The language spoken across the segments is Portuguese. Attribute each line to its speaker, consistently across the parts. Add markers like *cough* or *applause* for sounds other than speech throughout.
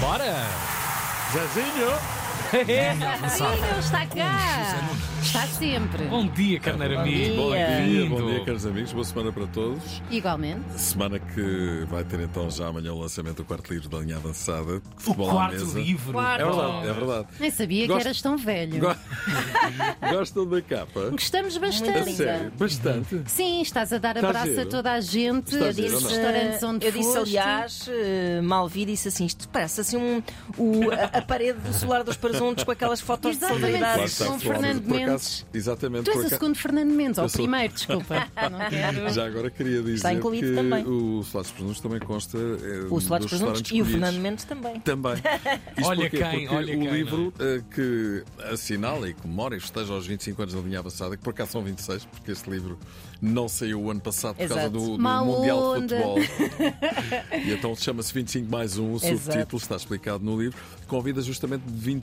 Speaker 1: Bora!
Speaker 2: Zezinho!
Speaker 3: Sim, está cá. Está sempre.
Speaker 1: *laughs* Bom dia, carneiro amigo.
Speaker 2: Bom dia,
Speaker 1: Lindo.
Speaker 2: bom dia, caros amigos. Boa semana para todos.
Speaker 3: Igualmente.
Speaker 2: Semana que vai ter então já amanhã o lançamento do quarto livro da linha avançada.
Speaker 1: O
Speaker 2: Futebol à
Speaker 1: quarto
Speaker 2: mesa.
Speaker 1: livro.
Speaker 3: Quarto.
Speaker 2: É verdade, é verdade.
Speaker 3: Nem sabia
Speaker 2: Gosto-
Speaker 3: que eras tão velho.
Speaker 2: Go- Gostam da capa?
Speaker 3: Gostamos
Speaker 2: A
Speaker 3: bastante.
Speaker 2: sério, bastante.
Speaker 3: Sim, estás a dar
Speaker 2: Está
Speaker 3: abraço
Speaker 2: giro.
Speaker 3: a toda a gente,
Speaker 2: Está
Speaker 3: a
Speaker 2: giro,
Speaker 3: esses
Speaker 2: não é?
Speaker 3: restaurantes onde
Speaker 4: Eh, Eu disse,
Speaker 3: foste.
Speaker 4: aliás, eh, mal vi, disse assim: isto parece assim um, o- a, a parede do solar dos presuntos com aquelas fotos de
Speaker 3: Exatamente.
Speaker 2: Lá
Speaker 4: celebridades.
Speaker 2: está,
Speaker 3: Com
Speaker 2: futebol à mesa.
Speaker 3: Fernando
Speaker 2: Por acaso,
Speaker 3: Mendes.
Speaker 2: Exatamente,
Speaker 3: Tu
Speaker 2: por
Speaker 3: és o
Speaker 2: acaso.
Speaker 3: segundo Fernando Mendes, ou
Speaker 2: Eu
Speaker 3: o
Speaker 2: sou- *laughs*
Speaker 3: primeiro, desculpa. Um Não quero.
Speaker 2: Já agora queria dizer
Speaker 4: Está incluído
Speaker 2: que
Speaker 4: também.
Speaker 2: o Solar dos Presuntos também consta eh,
Speaker 4: O solar
Speaker 2: dos
Speaker 4: dos presuntos
Speaker 2: restaurantes
Speaker 4: e o
Speaker 2: escolhidos.
Speaker 4: Fernando Mendes também.
Speaker 2: Também. Isto
Speaker 1: Olha
Speaker 2: porquê?
Speaker 1: quem,
Speaker 2: Porque
Speaker 1: olha
Speaker 2: o
Speaker 1: quem, é?
Speaker 2: livro eh, que assinala e comemora e festeja aos 25 anos da linha avançada, que por acaso são 26, porque este livro não saiu o ano passado por causa
Speaker 4: Exato.
Speaker 2: do, do
Speaker 3: Má
Speaker 2: Mundial
Speaker 3: onda.
Speaker 2: de Futebol. e então chama-se 25 mais 1, o
Speaker 4: Exato.
Speaker 2: subtítulo está explicado no livro. Convida justamente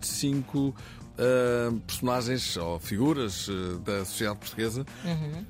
Speaker 2: 25 ah, personagens ou figuras ah, da sociedade portuguesa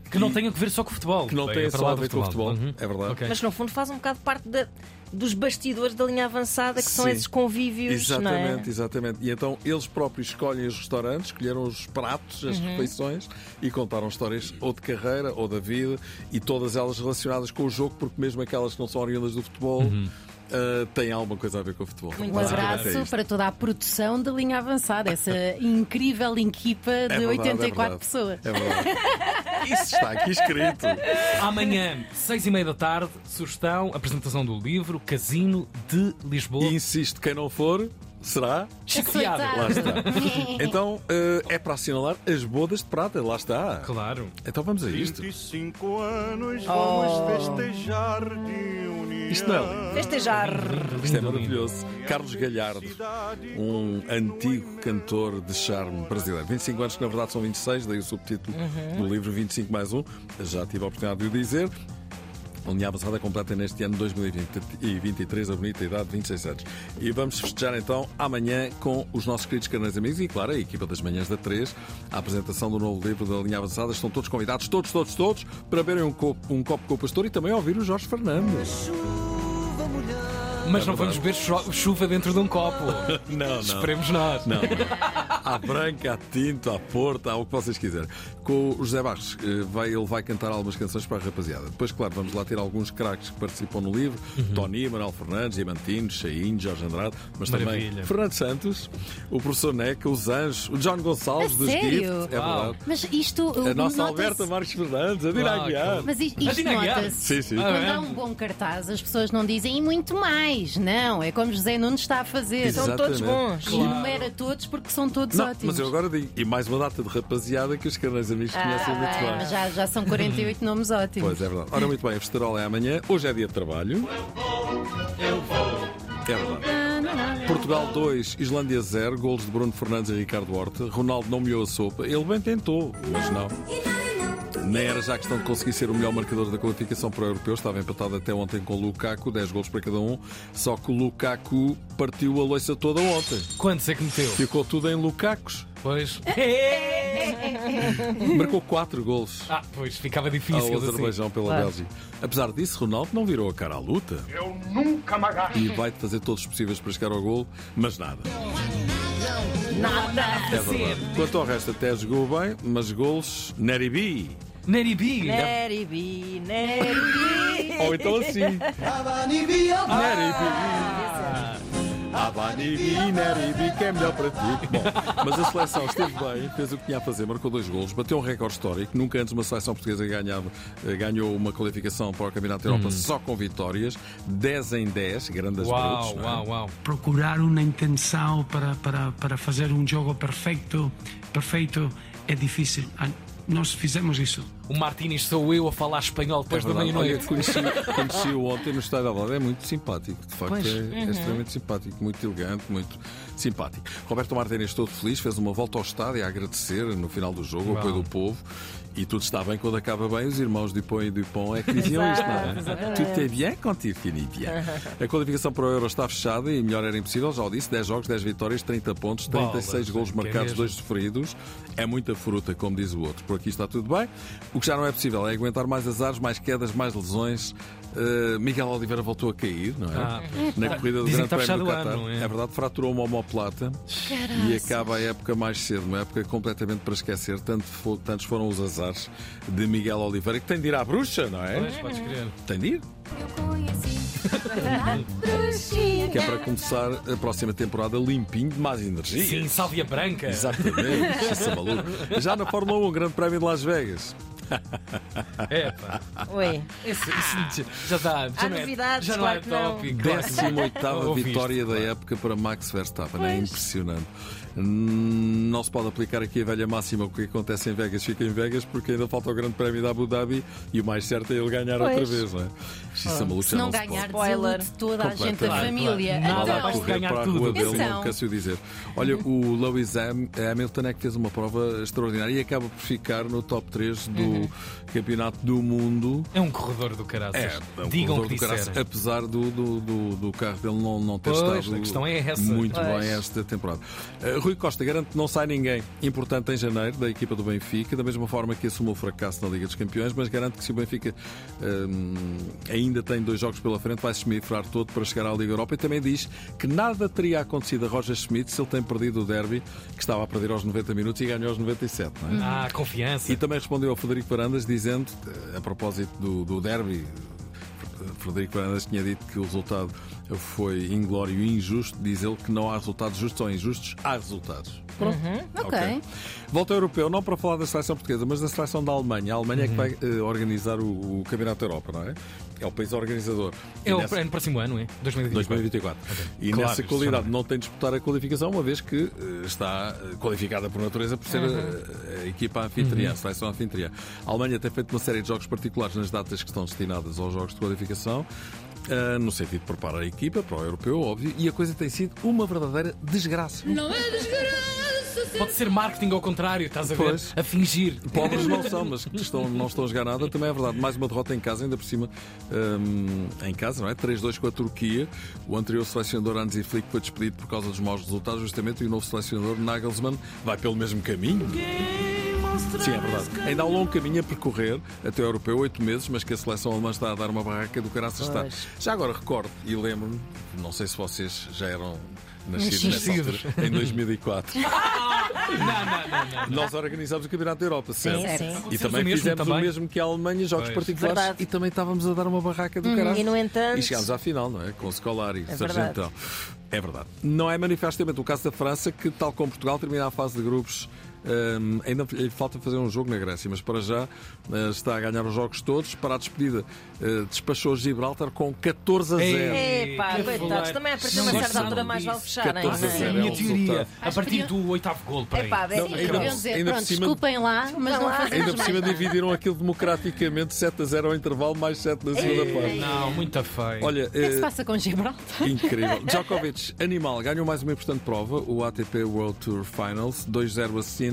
Speaker 1: Que não tem a ver só com o futebol.
Speaker 2: que não
Speaker 1: Uhum. Bem,
Speaker 2: têm
Speaker 1: é para
Speaker 2: só
Speaker 1: lá
Speaker 2: a
Speaker 1: do
Speaker 2: ver com o futebol.
Speaker 1: Uhum.
Speaker 2: É verdade.
Speaker 1: Ok.
Speaker 4: Mas no fundo faz um bocado parte da- dos bastidores da linha avançada, que são
Speaker 2: Sim.
Speaker 4: esses convívios.
Speaker 3: é?
Speaker 4: é?
Speaker 2: Exatamente, exatamente. E então eles próprios escolhem os restaurantes, escolheram os pratos,
Speaker 3: Uhum.
Speaker 2: as refeições e contaram histórias ou de carreira ou da vida e todas elas relacionadas com o jogo, porque mesmo aquelas que não são oriundas do futebol
Speaker 1: Uhum.
Speaker 2: ah, têm alguma coisa a ver com o futebol.
Speaker 4: Muito
Speaker 3: Um
Speaker 2: Basicamente é
Speaker 3: abraço
Speaker 2: isto.
Speaker 3: para toda a produção da linha avançada, essa incrível equipa de
Speaker 2: É verdade, é
Speaker 3: 84
Speaker 2: verdade.
Speaker 3: pessoas.
Speaker 2: É verdade.
Speaker 3: *laughs*
Speaker 2: Isso está aqui escrito.
Speaker 1: Amanhã, seis e meia da tarde, sugestão, apresentação do livro Casino de Lisboa.
Speaker 2: E insisto, quem não for, será?
Speaker 1: Chicoteado.
Speaker 3: Açoitado.
Speaker 2: Lá
Speaker 3: *laughs*
Speaker 2: está. Então ah, é para assinalar as bodas de prata, lá está.
Speaker 1: Claro.
Speaker 2: Então vamos a isto.
Speaker 5: 25 anos vamos festejar de união.
Speaker 2: Isto não.
Speaker 4: Não é? Festejar.
Speaker 2: Isto é
Speaker 1: Lindo, lindo.
Speaker 2: maravilhoso. Carlos Galhardo, um antigo cantor de charme brasileiro. 25 anos, que na verdade são 26, daí o subtítulo do livro 25 mais 1. Já tive a oportunidade de o dizer. A Linha Avançada completa neste ano 2023 a bonita idade de 26 anos. E vamos festejar então amanhã com os nossos queridos carneiros amigos e, claro, a equipa das manhãs da 3, a apresentação do novo livro da Linha Avançada. Estão todos convidados, todos, todos, todos, para beberem um copo, um copo com o pastor e também ouvir o Jorge Fernandes.
Speaker 1: Mas
Speaker 2: É
Speaker 1: não vamos ver cho- chuva dentro de um copo.
Speaker 2: Não,
Speaker 1: Esperemos nós.
Speaker 2: Não, há branca, há tinto, há porta, há o que vocês quiserem. Com o José Barros, eh, vai, ele vai cantar algumas canções para a rapaziada. Depois, claro, vamos lá ter alguns craques que participam no livro:
Speaker 1: Uhum.
Speaker 2: Tony, Manuel Fernandes, Diamantino, Cheinho, Jorge Andrade, mas
Speaker 1: Maravilha.
Speaker 2: também Fernando Santos, o professor Neca, os Anjos, o John Gonçalves
Speaker 3: A
Speaker 2: dos
Speaker 3: sério?
Speaker 2: Gift, é
Speaker 1: Uau.
Speaker 2: verdade.
Speaker 3: Mas isto.
Speaker 2: A nossa
Speaker 3: nota-se-
Speaker 2: Alberta Marques Fernandes, a
Speaker 1: Uau,
Speaker 2: Dina
Speaker 1: que
Speaker 2: Aguiar.
Speaker 3: Mas isto,
Speaker 1: A
Speaker 3: isto
Speaker 1: Dina é Guiar.
Speaker 3: nota-se.
Speaker 2: Sim, sim.
Speaker 1: Ah,
Speaker 3: Quando há um bom cartaz, as pessoas não dizem e muito mais. Não, é como José Nunes está a fazer.
Speaker 2: Exato.
Speaker 4: São todos
Speaker 2: Exatamente.
Speaker 4: bons.
Speaker 3: E Enumera todos porque são todos
Speaker 2: Não,
Speaker 3: ótimos.
Speaker 2: mas eu agora digo, e mais uma data de rapaziada que os canais amigos conhecem muito
Speaker 3: É,
Speaker 2: bem.
Speaker 3: mas já, já são 48 nomes ótimos.
Speaker 2: Pois é verdade. Ora, muito bem, a Festerola é amanhã. Hoje é dia de trabalho. Eu vou, eu vou. É verdade. Portugal 2, Islândia 0, golos de Bruno Fernandes e Ricardo Horta. Ronaldo não molhou a sopa. Ele bem tentou, mas não. Nem era já questão de conseguir ser o melhor marcador da qualificação para o europeu. Estava empatado até ontem com o Lukaku, 10 golos para cada um. Só que o Lukaku partiu a loiça toda ontem.
Speaker 1: Quantos é que meteu?
Speaker 2: Ficou tudo em Lukakos.
Speaker 1: Pois.
Speaker 2: Marcou 4 golos.
Speaker 1: Ah, pois, ficava
Speaker 2: ao
Speaker 1: difícil assim.
Speaker 2: Azerbaijão pela
Speaker 4: Claro.
Speaker 2: Bélgica. Apesar disso, Ronaldo não virou a cara à luta. Eu nunca me agacho. E vai fazer todos os possíveis para chegar ao golo, mas nada.
Speaker 1: Nada
Speaker 2: É verdade. Quanto ao resto, até jogou bem, mas golos, Neribi.
Speaker 1: Neribi.
Speaker 4: Neribi, Neribi.
Speaker 2: Ou então assim. Neribi. Abanibi, Neribi, que é melhor para ti. Bom, mas a seleção esteve bem, fez o que tinha a fazer, marcou dois golos, bateu um recorde histórico. Nunca antes uma seleção portuguesa ganhava, eh, ganhou uma qualificação para o Campeonato da Europa só com vitórias. 10 em 10, grandes
Speaker 1: Uau,
Speaker 2: brutos. não é?
Speaker 1: uau, uau.
Speaker 6: procurar uma intenção para, para, para fazer um jogo perfeito, perfeito é difícil. Ah, Nós fizemos isso.
Speaker 1: O Martínez sou eu a falar espanhol depois da
Speaker 2: É verdade. Olha,
Speaker 1: meia-noite.
Speaker 2: conheci, conheci o ontem no Estádio da Alvalade. É muito simpático. De facto,
Speaker 1: Pois. Uhum.
Speaker 2: é, é extremamente simpático. Muito elegante, muito simpático. Roberto Martínez, todo feliz, fez uma volta ao estádio a agradecer no final do jogo, o apoio do povo. E tudo está bem quando acaba bem. Os irmãos Dupont e Dupont é que diziam isto, não é? Tudo é bien quand il finit bien. A qualificação para o Euro está fechada e melhor era impossível. Já o disse, 10 jogos, 10 vitórias, 30 pontos, 36
Speaker 1: Bolas,
Speaker 2: golos
Speaker 1: que é
Speaker 2: marcados,
Speaker 1: mesmo.
Speaker 2: 2 sofridos. É muita fruta, como diz o outro. Por aqui está tudo bem. O que já não é possível é aguentar mais azares, mais quedas, mais lesões. eh, Miguel Oliveira voltou a cair, não é?
Speaker 1: Ah.
Speaker 2: Na corrida do
Speaker 1: Dizem
Speaker 2: Grande
Speaker 1: que está
Speaker 2: Prémio do
Speaker 1: fechado o
Speaker 2: Qatar.
Speaker 1: ano, é?
Speaker 2: verdade, fraturou uma omoplata e acaba a época mais cedo, uma época completamente para esquecer. Tanto fo- tantos foram os azares de Miguel Oliveira, que tem de ir à bruxa, não é?
Speaker 1: Pois,
Speaker 4: Uhum.
Speaker 1: podes crer.
Speaker 2: Tem de ir.
Speaker 7: Eu conheci
Speaker 2: Que é para começar a próxima temporada limpinho de mais energia.
Speaker 1: Sim, sálvia branca.
Speaker 2: Exatamente, isso é maluco. Já na Fórmula 1, Grande Prémio de Las Vegas.
Speaker 1: É, pá.
Speaker 4: Oi.
Speaker 1: Esse- esse já dá. Já
Speaker 4: Ah. Há
Speaker 1: não é-
Speaker 4: novidades,
Speaker 1: já
Speaker 4: claro que
Speaker 1: não é
Speaker 4: não.
Speaker 1: tópico. claro que não.
Speaker 2: 18
Speaker 1: Ouviste,
Speaker 2: vitória da época para Max Verstappen. É impressionante. Hum, Não se pode aplicar aqui a velha máxima: o que acontece em Vegas fica em Vegas, porque ainda falta o Grande Prémio da Abu Dhabi e o mais certo é ele ganhar outra
Speaker 4: Pois.
Speaker 2: vez, não é? Isso é maluco,
Speaker 3: Se
Speaker 2: já
Speaker 3: não
Speaker 2: se
Speaker 3: ganhar,
Speaker 2: pode.
Speaker 4: Spoiler.
Speaker 3: desilude toda a gente da
Speaker 2: Completamente.
Speaker 3: família.
Speaker 1: Claro, claro.
Speaker 2: Vá lá
Speaker 1: Nada
Speaker 3: Então,
Speaker 1: mais-
Speaker 2: correr
Speaker 1: ganhar
Speaker 2: para a
Speaker 1: tudo.
Speaker 2: rua dele, não
Speaker 3: Atenção.
Speaker 2: canso de dizer. Olha, o Lewis Ham- Hamilton é que fez uma prova extraordinária e acaba por ficar no top 3 do
Speaker 3: Uhum.
Speaker 2: Campeonato do Mundo.
Speaker 1: É um corredor do caraças.
Speaker 2: um
Speaker 1: Digam o
Speaker 2: corredor
Speaker 1: que
Speaker 2: do caraças,
Speaker 1: disseram.
Speaker 2: Apesar do, do, do- do carro dele não, não ter
Speaker 1: Pois,
Speaker 2: estado
Speaker 1: a questão é essa.
Speaker 2: muito
Speaker 4: Pois.
Speaker 2: bem esta temporada. Uh, Rui Costa garante que não sai ninguém importante em janeiro da equipa do Benfica, da mesma forma que assumiu o fracasso na Liga dos Campeões, mas garante que se o Benfica hum, ainda tem dois jogos pela frente, vai se esmifrar todo para chegar à Liga Europa e também diz que nada teria acontecido a Roger Schmidt se ele tem perdido o derby, que estava a perder aos 90 minutos e ganhou aos 97, não é?
Speaker 1: Ah, confiança.
Speaker 2: E também respondeu ao Frederico Varandas dizendo, eh, a propósito do, do derby, eh, Frederico Varandas tinha dito que o resultado foi inglório e injusto, diz ele que não há resultados justos ou injustos, há resultados. Pronto.
Speaker 3: Ok.
Speaker 2: Volta ao europeu, não para falar da seleção portuguesa, mas da seleção da Alemanha. A Alemanha
Speaker 1: Uhum.
Speaker 2: é que vai eh, organizar o, o Campeonato da Europa, não é? É o país organizador. E
Speaker 1: É o
Speaker 2: nessa-
Speaker 1: é no próximo ano, é? 2024.
Speaker 2: 2024. E
Speaker 1: Claro,
Speaker 2: nessa qualidade
Speaker 1: justamente.
Speaker 2: não tem de disputar a qualificação, uma vez que eh, está eh, qualificada por natureza por ser eh, a, equipa anfitriã,
Speaker 1: Uhum.
Speaker 2: a seleção anfitriã. A Alemanha tem feito uma série de jogos particulares nas datas que estão destinadas aos jogos de qualificação. eh, no sentido de preparar a equipa para o europeu, óbvio, e a coisa tem sido uma verdadeira desgraça.
Speaker 7: Não é desgraça ser
Speaker 1: Pode ser marketing ao contrário, estás a ver?
Speaker 2: Pois.
Speaker 1: A fingir.
Speaker 2: *laughs* Pobres não são, mas que estão, não estão a jogar nada, também é verdade. Mais uma derrota em casa, ainda por cima, hum, em casa, não é? 3-2 com a Turquia. O anterior selecionador Hansi Flick foi despedido por causa dos maus resultados, justamente, e o novo selecionador Nagelsmann vai pelo mesmo caminho. Sim, é verdade. Ainda há um longo caminho a percorrer, até o europeu, oito meses, mas que a seleção alemã está a dar uma barraca do caraças está.
Speaker 4: Pois.
Speaker 2: Já agora recordo e lembro-me, não sei se vocês já eram nascidos nessa
Speaker 1: Nascidos.
Speaker 2: altura, em 2004.
Speaker 1: Não, não, não. não.
Speaker 2: Nós organizámos o Campeonato da Europa, certo?
Speaker 4: sim.
Speaker 2: E
Speaker 1: Fizemos
Speaker 2: também
Speaker 1: o mesmo
Speaker 2: fizemos o
Speaker 1: também.
Speaker 2: mesmo que a Alemanha, jogos
Speaker 1: Pois.
Speaker 2: particulares,
Speaker 4: Verdade. Uhum.
Speaker 2: e também estávamos a dar uma barraca do caralho.
Speaker 4: E, no entanto-
Speaker 2: E chegámos à final, não é? Com o Scolari,
Speaker 4: É
Speaker 2: Sargentão. É verdade. Não é manifestamente o caso da França, que, tal como Portugal, termina a fase de grupos. hum, ainda lhe falta fazer um jogo na Grécia, mas para já eh, está a ganhar os jogos todos. Para a despedida, eh, despachou Gibraltar com 14 a Então, 0.
Speaker 1: Ei,
Speaker 4: Epá,
Speaker 1: que
Speaker 4: coitados,
Speaker 1: fuleiro.
Speaker 4: também a partir de
Speaker 1: Não
Speaker 4: uma certa
Speaker 1: gostam
Speaker 4: altura mais
Speaker 1: disso.
Speaker 4: vale fecharem,
Speaker 2: 14 a
Speaker 1: Essa é
Speaker 4: não
Speaker 1: a
Speaker 4: é?
Speaker 2: zero.
Speaker 1: minha
Speaker 2: o
Speaker 1: teoria.
Speaker 2: resultado.
Speaker 1: A partir do oitavo gol,
Speaker 4: É
Speaker 1: peraí.
Speaker 4: pá, bem,
Speaker 2: Não, ainda-
Speaker 3: Deviam dizer,
Speaker 2: ainda por
Speaker 3: pronto,
Speaker 2: cima-
Speaker 3: desculpem lá, mas não
Speaker 4: lá.
Speaker 2: Ainda
Speaker 3: fazemos
Speaker 2: por
Speaker 3: mais.
Speaker 2: cima
Speaker 3: nada.
Speaker 2: dividiram aquilo democraticamente 7 a 0 ao intervalo, mais 7 na segunda parte.
Speaker 1: Não, muito feio.
Speaker 2: Olha,
Speaker 3: O que é que
Speaker 2: eh,
Speaker 3: se passa com Gibraltar? *laughs*
Speaker 2: Incrível. Djokovic, animal, ganhou mais uma importante prova, o ATP World Tour Finals, 2-0 a Sinner,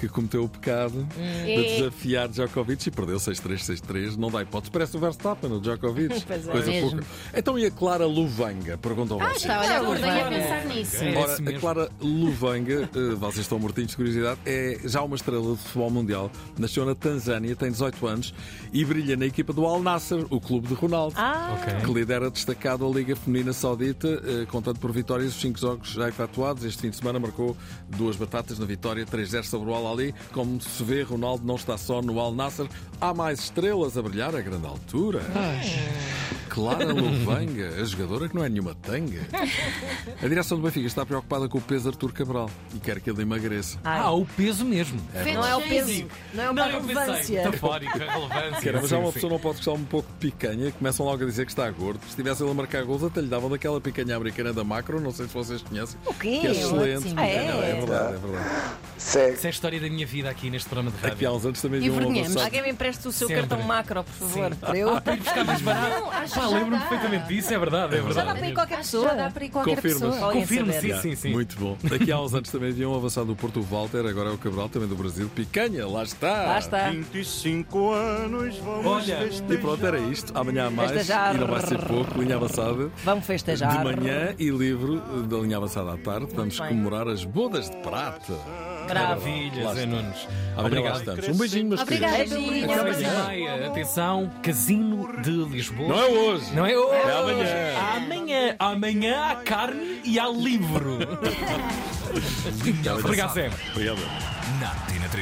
Speaker 2: que cometeu o pecado de desafiar Djokovic e perdeu 6-3, 6-3. Não dá hipótese. Parece o Verstappen, o
Speaker 3: *laughs*
Speaker 2: Djokovic.
Speaker 4: Pois é.
Speaker 2: Coisa
Speaker 3: Mesmo.
Speaker 2: pouca. Então e a Clara Luvanga? Perguntam
Speaker 3: Ah,
Speaker 2: vocês.
Speaker 3: está, olha,
Speaker 4: Não,
Speaker 3: acordei a
Speaker 4: Gibraltar.
Speaker 3: pensar nisso.
Speaker 1: É.
Speaker 2: Ora,
Speaker 1: Esse
Speaker 2: a
Speaker 1: mesmo.
Speaker 2: Clara Luvanga, eh, vocês estão mortinhos de curiosidade, é já uma estrela de futebol mundial. Nasceu na Tanzânia, tem 18 anos e brilha na equipa do Al Nassr, o clube de Ronaldo.
Speaker 4: Ah,
Speaker 2: Que
Speaker 1: Ok.
Speaker 2: lidera destacado a Liga Feminina Saudita, eh, contando por vitórias os cinco jogos já efetuados. Este fim de semana marcou duas batatas na vitória 3-0 sobre o Al Ali. Como se vê, Ronaldo não está só no Al Nasser. Há mais estrelas a brilhar a grande altura. Clara Luvanga, a jogadora que não é nenhuma tanga. A direção do Benfica está preocupada com o peso de Artur Cabral e quer que ele emagreça.
Speaker 1: Ah, o peso mesmo.
Speaker 4: não é o peso, não é uma
Speaker 1: eu pensei,
Speaker 4: relevância.
Speaker 1: Metafórico, a relevância.
Speaker 2: Cara, mas
Speaker 1: Sim,
Speaker 2: já uma
Speaker 1: sim.
Speaker 2: pessoa não pode gostar um pouco de picanha, começam logo a dizer que está gordo. Se estivesse ele a marcar gols, até lhe davam daquela picanha americana da macro, não sei se vocês conhecem. O
Speaker 4: quê?
Speaker 2: Que é excelente.
Speaker 3: Ótimo.
Speaker 2: É,
Speaker 4: É?
Speaker 2: não, é verdade, é verdade.
Speaker 1: Isso é a história da minha vida aqui neste programa de
Speaker 2: Aqui há
Speaker 1: rádio.
Speaker 2: uns anos também vi um
Speaker 3: vergonhamos.
Speaker 2: avançado.
Speaker 4: Alguém me empresta o seu
Speaker 1: Sempre.
Speaker 4: cartão macro, por favor.
Speaker 1: Sim.
Speaker 4: Para eu.
Speaker 1: Para ir buscar mais
Speaker 3: Não,
Speaker 1: barato.
Speaker 3: acho
Speaker 1: Pá,
Speaker 3: que já
Speaker 1: lembro-me
Speaker 3: dá.
Speaker 1: perfeitamente disso, é verdade, é
Speaker 4: Já dá para
Speaker 1: verdade.
Speaker 4: ir qualquer
Speaker 3: Acho que já dá
Speaker 4: pessoa.
Speaker 3: para ir qualquer
Speaker 2: Confirmas?
Speaker 3: pessoa.
Speaker 4: Alguém
Speaker 1: Confirmo,
Speaker 4: saber.
Speaker 1: sim, sim, sim.
Speaker 2: Muito bom. *laughs* Daqui há uns anos também vi um avançado do Porto, o Walter, agora é o Cabral, também do Brasil. Picanha, lá está.
Speaker 4: Lá está.
Speaker 5: 25 anos vamos
Speaker 1: Olha,
Speaker 5: festejar.
Speaker 2: E pronto, era isto. Amanhã há mais.
Speaker 4: Festejar.
Speaker 2: E não vai ser pouco. Linha avançada.
Speaker 4: Vamos festejar.
Speaker 2: De manhã e livro da linha avançada à tarde. Vamos
Speaker 4: bem.
Speaker 2: comemorar as bodas de prata.
Speaker 3: Bravo.
Speaker 1: Maravilha,
Speaker 2: Lá
Speaker 1: Zé
Speaker 2: está.
Speaker 1: Nunes.
Speaker 2: Obrigado.
Speaker 1: Obrigado.
Speaker 2: Estamos. Um beijinho, meus queridos.
Speaker 3: Obrigada, pelo
Speaker 4: Beijinho.
Speaker 1: Até
Speaker 3: convite.
Speaker 1: amanhã. Atenção, Casino de Lisboa.
Speaker 2: Não é hoje.
Speaker 1: Não é hoje.
Speaker 2: É amanhã.
Speaker 1: Amanhã. Amanhã há carne e há livro. Obrigado, Zé.
Speaker 2: Obrigado.
Speaker 8: Na Tina 3.